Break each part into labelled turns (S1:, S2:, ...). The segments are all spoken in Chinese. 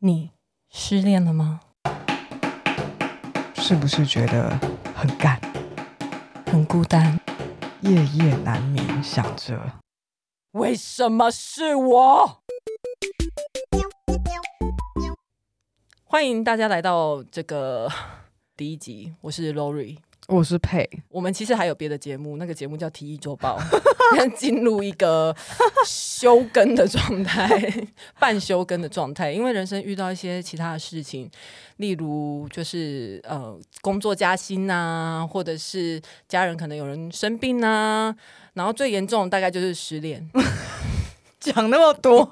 S1: 你失恋了吗？
S2: 是不是觉得很干，
S1: 很孤单，
S2: 夜夜难眠，想着
S1: 为什么是我？欢迎大家来到这个第一集，我是 Lori。
S2: 我是配，
S1: 我们其实还有别的节目，那个节目叫《提议周报》， 现在进入一个休更的状态， 半休更的状态，因为人生遇到一些其他的事情，例如就是呃工作加薪呐、或者是家人可能有人生病呐、然后最严重的大概就是失恋，
S2: 讲那么多，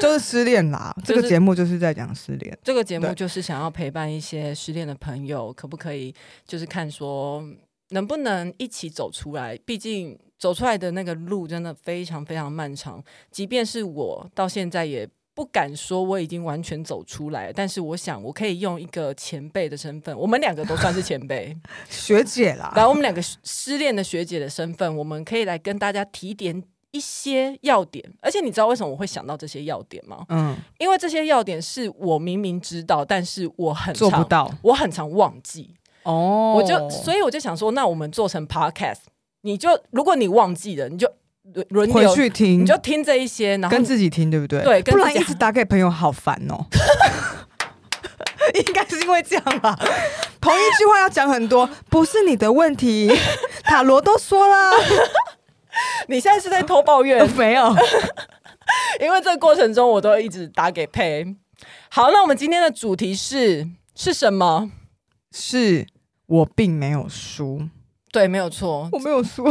S2: 就是失恋啦。
S1: 就
S2: 这
S1: 是
S2: 个节目就是在讲失恋，
S1: 这个节目
S2: 对
S1: 就是想要陪伴一些失恋的朋友，可不可以就是看说能不能一起走出来？毕竟走出来的那个路真的非常非常漫长，即便是我到现在也。不敢说我已经完全走出来，但是我想我可以用一个前辈的身份，我们两个都算是前辈，
S2: 学姐啦，
S1: 来，我们两个失恋的学姐的身份，我们可以来跟大家提点一些要点。而且你知道为什么我会想到这些要点吗？
S2: 嗯，
S1: 因为这些要点是我明明知道，但是我很
S2: 做不
S1: 常，
S2: 到
S1: 我很常忘记。
S2: 哦
S1: 我就所以我就想说，那我们做成 podcast，你就如果你忘记了，你就轮轮
S2: 回
S1: 流，
S2: 去听，
S1: 你就听这一些，然后
S2: 跟自己听，对不对？
S1: 对跟
S2: 不然
S1: 自己
S2: 一直打给朋友好烦哦。 应该是因为这样吧，同一句话要讲很多，不是你的问题，塔罗都说 啦，
S1: 你现在是在偷抱怨，
S2: 没有，
S1: 因为这个过程中我都一直打给佩。好，那我们今天的主题是是什么？
S2: 是我并没有输，
S1: 对，没有错，
S2: 我没有输，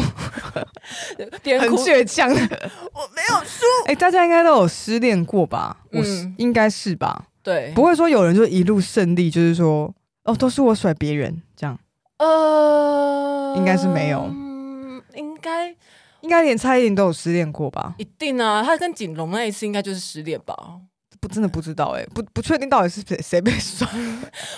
S1: 边
S2: 很
S1: 哭
S2: 倔强， 我没有输。哎、大家应该都有失恋过吧？我是、
S1: 嗯
S2: 应该是吧，
S1: 对，
S2: 不会说有人就一路胜利，就是说哦，都是我甩别人这样，
S1: 呃，
S2: 应该是没有
S1: 嗯，应该
S2: 应该连蔡依林都有失恋过吧？
S1: 一定啊，他跟景龙那一次应该就是失恋吧。
S2: 不真的不知道哎、不不确定到底是谁 谁被甩。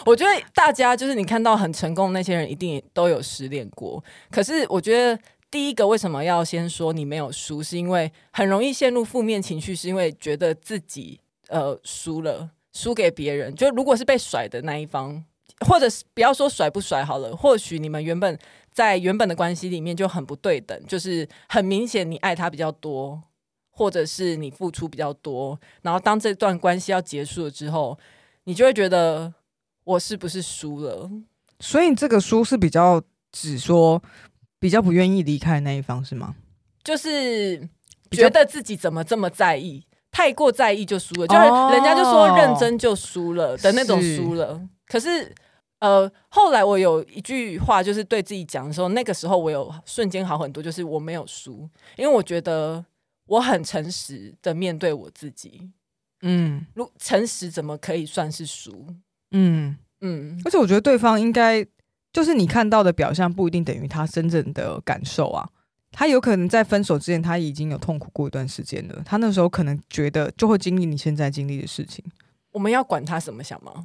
S1: 我觉得大家就是你看到很成功的那些人，一定都有失恋过。可是我觉得第一个为什么要先说你没有输，是因为很容易陷入负面情绪，是因为觉得自己呃输了，输给别人。就如果是被甩的那一方，或者是不要说甩不甩好了，或许你们原本在原本的关系里面就很不对等，就是很明显你爱他比较多。或者是你付出比较多，然后当这段关系要结束了之后，你就会觉得我是不是输了？
S2: 所以这个书是比较只说比较不愿意离开的那一方是吗？
S1: 就是
S2: 比较
S1: 觉得自己怎么这么在意，太过在意就输了，
S2: 哦
S1: 就是人家就说认真就输了的那种
S2: 是
S1: 输了。可是呃，后来我有一句话就是对自己讲的时候，那个时候我有瞬间好很多，就是我没有输，因为我觉得我很诚实的面对我自己。
S2: 嗯
S1: 如诚实怎么可以算是输？
S2: 嗯，
S1: 嗯，
S2: 而且我觉得对方应该就是你看到的表象不一定等于他真正的感受啊。他有可能在分手之前，他已经有痛苦过一段时间了。他那时候可能觉得就会经历你现在经历的事情，
S1: 我们要管他什么想吗？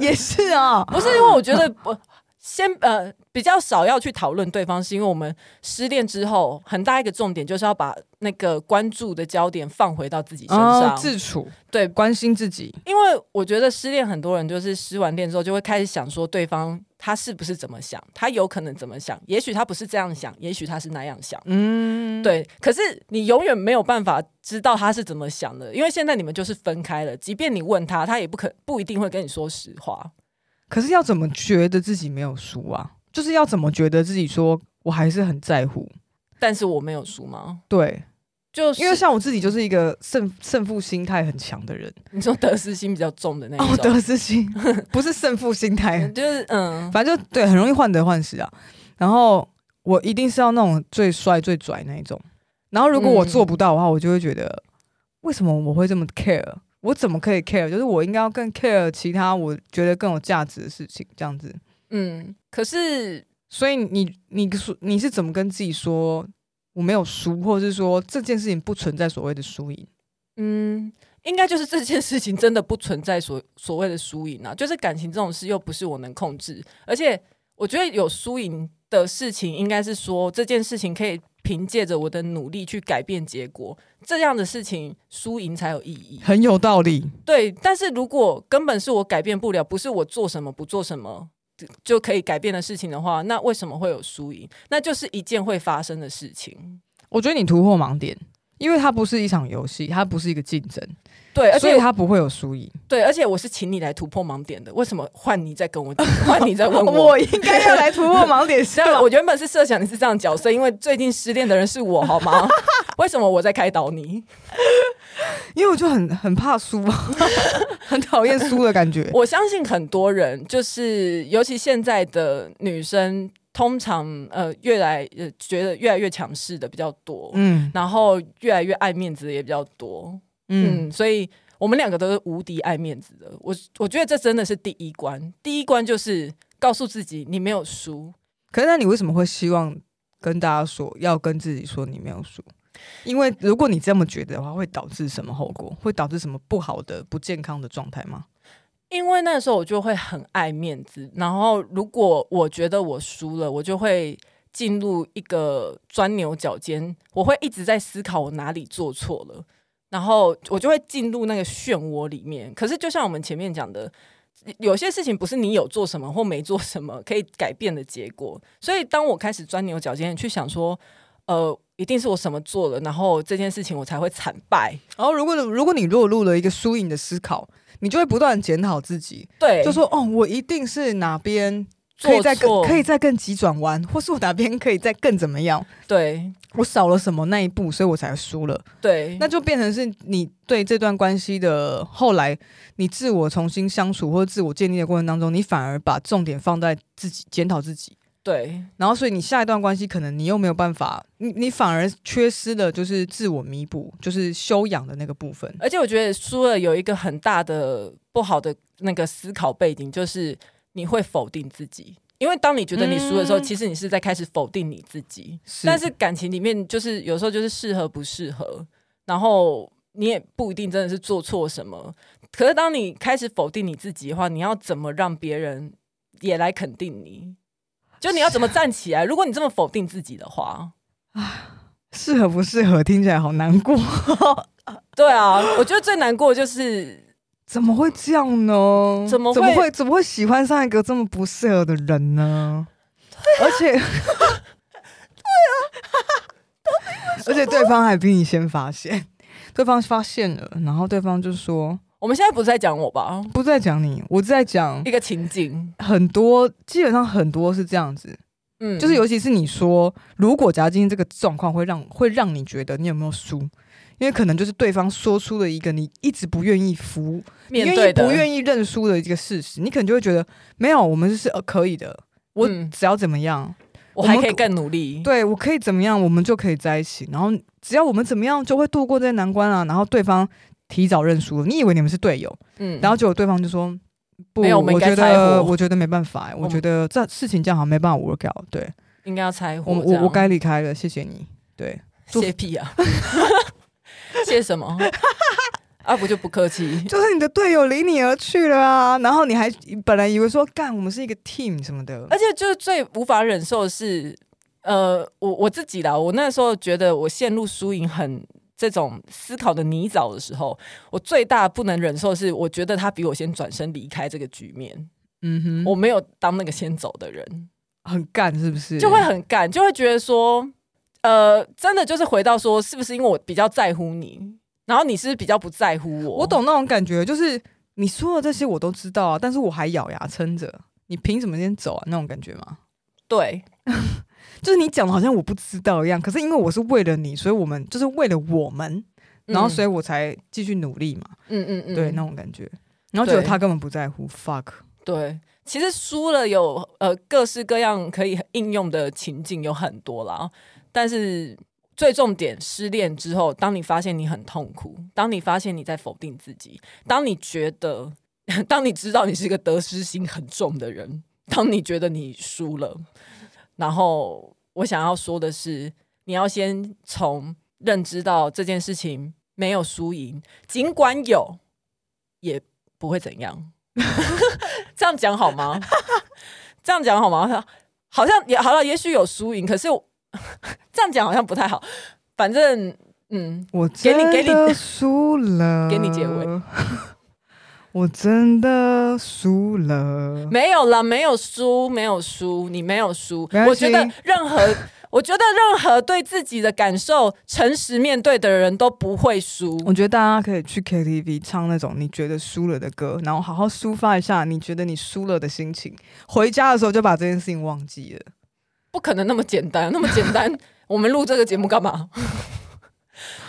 S2: 也也是啊。
S1: 不是因为我觉得我先呃比较少要去讨论对方，是因为我们失恋之后很大一个重点就是要把那个关注的焦点放回到自己身上。
S2: 哦，自处
S1: 对，
S2: 关心自己，
S1: 因为我觉得失恋很多人就是失完恋之后就会开始想说对方他是不是怎么想，他有可能怎么想，也许他不是这样想，也许他是那样想。
S2: 嗯，
S1: 对，可是你永远没有办法知道他是怎么想的，因为现在你们就是分开了。即便你问他，他也不可不一定会跟你说实话。
S2: 可是要怎么觉得自己没有输啊？就是要怎么觉得自己说我还是很在乎？
S1: 但是我没有输吗？
S2: 对，
S1: 就是
S2: 因为像我自己就是一个胜胜负心态很强的人，
S1: 你说得失心比较重的那一
S2: 哦，
S1: 种，
S2: 得 失心不是胜负心态，
S1: 就是嗯，
S2: 反正就对，很容易患得患失啊。然后我嗯一定是要那种最帅最拽那一种。然后如果我做不到的话，我就会觉得为什么我会这么 care？我怎么可以 care？就是我应该要更 care 其他我觉得更有价值的事情，这样子。
S1: 嗯，可是
S2: 所以你你说你是怎么跟自己说我没有输，或者是说这件事情不存在所谓的输赢？
S1: 嗯，应该就是这件事情真的不存在所所谓的输赢啊，就是感情这种事又不是我能控制，而且我觉得有输赢的事情，应该是说这件事情可以凭借着我的努力去改变结果，这样的事情输赢才有意义。
S2: 很有道理。
S1: 对，但是如果根本是我改变不了，不是我做什么不做什么就就可以改变的事情的话，那为什么会有输赢？那就是一件会发生的事情。
S2: 我觉得你突破盲点，因为它不是一场游戏，它不是一个竞争，
S1: 对，而
S2: 所以
S1: 且
S2: 它不会有输赢。
S1: 对，而且我是请你来突破盲点的，为什么换你在跟 我讲，换你在问我
S2: 哦我？应该要来突破盲点是
S1: 这样，我原本是设想你是这样的角色，因为最近失恋的人是我，好吗？ 为什么我在开导你？
S2: 因为我就很很怕输啊， 很讨厌输的感觉。
S1: 我相信很多人，就是尤其现在的女生，通常呃越来呃觉得越来越强势的比较多，
S2: 嗯
S1: 然后越来越爱面子的也比较多，
S2: 嗯，
S1: 嗯，所以我们两个都是无敌爱面子的。我我觉得这真的是第一关，第一关就是告诉自己你没有输，
S2: 可是那你为什么会希望跟大家说，要跟自己说你没有输？因为如果你这么觉得的话，会导致什么后果？会导致什么不好的、不健康的状态吗？
S1: 因为那时候我就会很爱面子，然后如果我觉得我输了，我就会进入一个钻牛角尖，我会一直在思考我哪里做错了，然后我就会进入那个漩涡里面。可是就像我们前面讲的。有些事情不是你有做什么或没做什么可以改变的结果，所以当我开始钻牛角尖去想说，呃，一定是我什么做了，然后这件事情我才会惨败。
S2: 然哦后，如果如果你落入了一个输赢的思考，你就会不断地检讨自己，
S1: 对，
S2: 就说哦，我一定是哪边
S1: 做
S2: 可以再更
S1: 错
S2: 可以再更急转弯，或是我哪边可以再更怎么样？
S1: 对
S2: 我少了什么那一步，所以我才输了。
S1: 对，
S2: 那就变成是你对这段关系的后来，你自我重新相处或者自我建立的过程当中，你反而把重点放在自己检讨自己，
S1: 对
S2: 然后所以你下一段关系可能你又没有办法，你你反而缺失了就是自我弥补，就是修养的那个部分。
S1: 而且我觉得输了有一个很大的不好的那个思考背景，就是你会否定自己。因为当你觉得你输的时候，
S2: 嗯
S1: 其实你是在开始否定你自己。
S2: 是
S1: 但是感情里面，就是有时候就是适合不适合，然后你也不一定真的是做错什么。可是当你开始否定你自己的话，你要怎么让别人也来肯定你？就你要怎么站起来？如果你这么否定自己的话，
S2: 适合不适合听起来好难过，
S1: 对啊，我觉得最难过的就是
S2: 怎么会这样呢？
S1: 怎么会
S2: 怎么会怎么会喜欢上一个这么不适合的人呢？而且，对啊，而且对方还比你先发现，对方发现了，然后对方就说
S1: 我们现在不是在讲我吧？
S2: 不是在讲你，我是在 讲
S1: 一个情景，
S2: 很多，基本上很多是这样子，
S1: 嗯，
S2: 就是尤其是你说，如果假如今天这个状况会让会让你觉得你有没有输，因为可能就是对方说出了一个你一直不愿意服
S1: 面对的，
S2: 愿意不愿意认输的一个事实，你可能就会觉得没有，我们是呃可以的，我
S1: 嗯
S2: 只要怎么样，
S1: 我还
S2: 我们
S1: 可以更努力。
S2: 对我可以怎么样，我们就可以在一起，然后只要我们怎么样，就会度过这些难关啊。然后对方提早认输了，你以为你们是队友，
S1: 嗯
S2: 然后结果对方就说。不，
S1: 没有我们应该
S2: 觉
S1: 拆伙
S2: 得，我觉得没办法、欸我觉得这事情这样好像没办法 work out 对
S1: 应该要拆伙
S2: 我，
S1: 这
S2: 我
S1: 样
S2: 我该离开了，谢谢你。对，祝
S1: 谢屁啊， 谢什 么？啊，不就不客气？
S2: 就是你的队友离你而去了啊，然后你还本来以为说干，我们是一个 team 什么的，
S1: 而且就是最无法忍受的是，呃，我我自己啦，我那时候觉得我陷入输赢很这种思考的泥沼的时候，我最大不能忍受的是，我觉得他比我先转身离开这个局面，
S2: 嗯哼，
S1: 我没有当那个先走的人。
S2: 很干是不是？
S1: 就会很干，就会觉得说，呃，真的就是回到说，是不是因为我比较在乎你，然后你是不是比较不在乎我？
S2: 我，懂那种感觉，就是你说的这些我都知道啊，但是我还咬牙撑着，你凭什么先走啊？那种感觉吗？
S1: 对
S2: 就是你讲的好像我不知道一样，可是因为我是为了你，所以我们就是为了我们，然后所
S1: 以，
S2: 以我才继续努力嘛，
S1: 嗯嗯嗯，
S2: 对那种感觉。然后结果
S1: 对
S2: 他根本不在乎，fuck，
S1: 对。其实输了有呃各式各样可以应用的情境有很多啦，但是最重点，失恋之后，当你发现你很痛苦，当你发现你在否定自己，当你觉得， 当你知道你是一个得失心很重的人，当你觉得你输了，然后我想要说的是，你要先从认知到这件事情没有输赢，尽管有，也不会怎样。这样讲好吗？ 这样讲好吗？好像也好了，也许有输赢，可是我 这样讲好像不太好。反正嗯，
S2: 我
S1: 给你给
S2: 真
S1: 你
S2: 的输了，
S1: 给你结尾。
S2: 我真的输了，
S1: 没有啦，没有输，没有输，你没有输。
S2: 没关系
S1: 我觉得任何，我觉得任何对自己的感受诚实面对的人都不会输。
S2: 我觉得大家可以去 KTV 唱那种你觉得输了的歌，然后好好抒发一下你觉得你输了的心情。回家的时候就把这件事情忘记了。
S1: 不可能那么简单，那么简单， 我们录这个节目干嘛？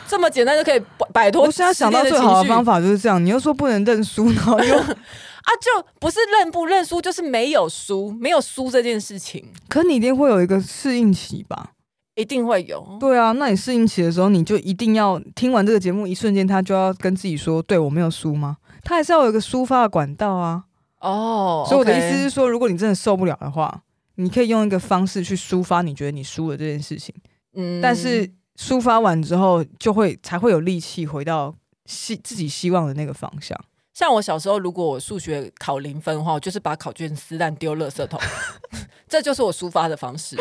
S1: 这么简单就可以摆摆脱
S2: 我现在想到
S1: 失恋
S2: 最
S1: 的
S2: 好
S1: 情
S2: 的
S1: 绪
S2: 方法就是这样，你又说不能认输，然 后又
S1: 啊，就不是认不认输，就是没有输，没有输这件事情
S2: 可你一定会有一个适应期吧？
S1: 一定会有。
S2: 对啊，那你适应期的时候，你就一定要听完这个节目，一瞬间他就要跟自己说：“对我没有输吗？”他还是要有一个抒发的管道啊。
S1: 哦，
S2: 所以我的意思
S1: OK
S2: 是说，如果你真的受不了的话，你可以用一个方式去抒发你觉得你输了这件事情。
S1: 嗯
S2: 但是抒发完之后，就会才会有力气回到希自己希望的那个方向。
S1: 像我小时候，如果我数学考零分的话，我就是把考卷撕烂丢垃圾桶， 这就是我抒发的方式。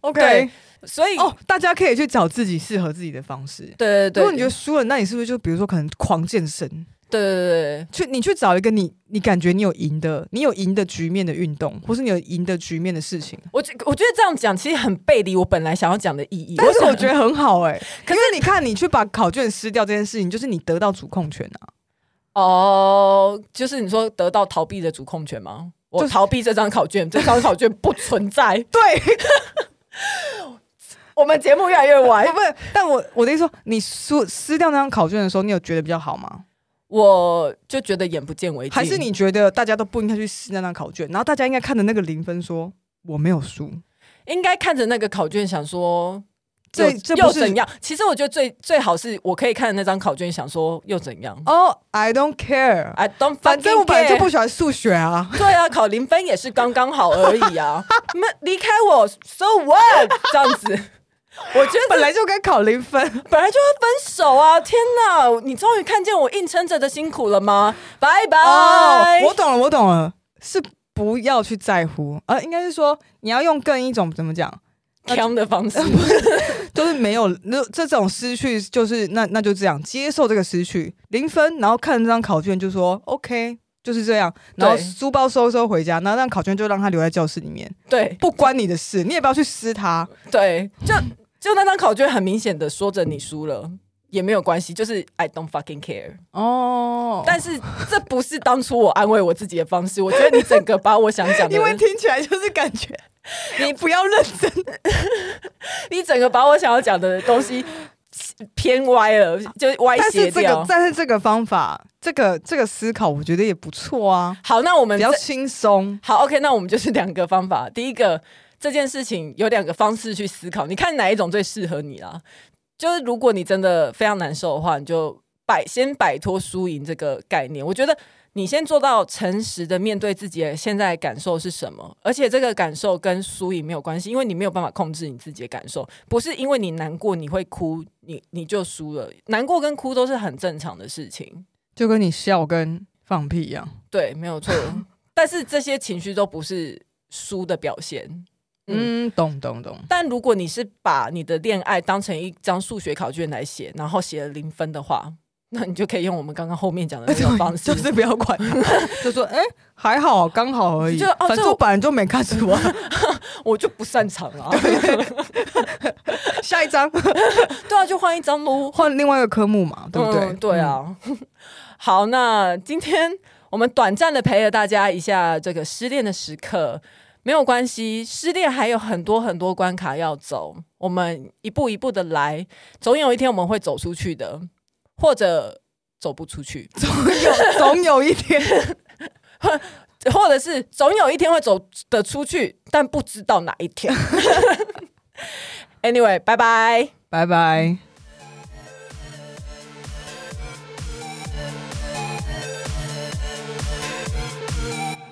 S2: OK，
S1: 所以，
S2: 哦，大家可以去找自己适合自己的方式。
S1: 对对对，
S2: 如果你觉得
S1: 对
S2: 输了，那你是不是就比如说可能狂健身？
S1: 对对对
S2: 去你去找一个你你感觉你有赢的，你有赢的局面的运动，或是你有赢的局面的事情。
S1: 我觉我觉得这样讲其实很背离我本来想要讲的意义。
S2: 但是
S1: 想
S2: 我觉得很好哎、可是你看，你去把考卷撕掉这件事情，就是你得到主控权啊。
S1: 哦，就是你说得到逃避的主控权吗？我
S2: 就是
S1: 逃避这张考卷，这张考卷不存在。
S2: 对，
S1: 我们节目越来越歪。
S2: 不是，但我我的意思说，你撕撕掉那张考卷的时候，你有觉得比较好吗？
S1: 我就觉得眼不见为净，
S2: 还是你觉得大家都不应该去撕那张考卷，然后大家应该看着那个零分说我没有输，
S1: 应该看着那个考卷想说。
S2: 这
S1: 又
S2: 这不
S1: 又
S2: 是
S1: 怎样？其实我觉得最最好是我可以看那张考卷，想说又怎样
S2: 哦、i don't care，
S1: ？I don't
S2: 反正我
S1: fucking
S2: 本来就
S1: care
S2: 不喜欢数 学啊。
S1: 对啊，考零分也是刚刚好而已啊。 你们离开我，so what？这样子，我觉得
S2: 本来就该考零分，
S1: 本来就要分手啊！天哪，你终于看见我硬撑着的辛苦了吗？拜拜。哎
S2: 哦，我懂了，我懂了，是不要去在乎，呃，应该是说你要用更一种怎么讲，
S1: 强的方式，
S2: 呃就是没有那这种失去，就是那那就这样接受这个失去零分，然后看这张考卷就说 OK，就是这样，然后
S1: 对
S2: 书包收一收回家，然后那张考卷就让它留在教室里面，
S1: 对
S2: 不关你的事，你也不要去撕它。
S1: 对，就就那张考卷很明显的说着你输了。也没有关系，就是 I don't fucking care。
S2: 哦
S1: 但是这不是当初我安慰我自己的方式。我觉得你整个把我想讲的，
S2: 因为听起来就是感觉你不要认 真，
S1: 你整个把我想要讲的东西偏歪了，就歪
S2: 但
S1: 斜
S2: 是这
S1: 掉。
S2: 个但是这个方法，这个这个思考，我觉得也不错啊，
S1: 好，那我们
S2: 比较
S1: 嗯这
S2: 轻松。
S1: 好，OK，那我们就是两个方法。第一个，这件事情有两个方式去思考，你看哪一种最适合你啦。就是如果你真的非常难受的话，你就摆先摆脱输赢这个概念。我觉得你先做到诚实的面对自己的现在的感受是什么，而且这个感受跟输赢没有关系，因为你没有办法控制你自己的感受。不是因为你难过你会哭，你你就输了。难过跟哭都是很正常的事情。
S2: 就跟你笑跟放屁一样。
S1: 对，没有错。但是这些情绪都不是输的表现。
S2: 嗯，懂懂懂。
S1: 但如果你是把你的恋爱当成一张数学考卷来写，然后写了零分的话，那你就可以用我们刚刚后面讲的那种方式，
S2: 就是不要管它，就说哎、还好，刚好而已。
S1: 就哦
S2: 反正
S1: 这
S2: 我本来就没看书啊。
S1: 我就不擅长啊。
S2: 下一张
S1: 对啊，就换一张喽，
S2: 换另外一个科目嘛，对不对？
S1: 嗯 对啊。好，那今天我们短暂的陪了大家一下这个失恋的时刻，没有关系，失恋还有很多很多关卡要走，我们一步一步的来，总有一天我们会走出去的，或者走不出去，
S2: 嗯，有总有一天，
S1: 或者是总有一天会走得出去，但不知道哪一天。 Anyway，拜拜。
S2: 拜拜。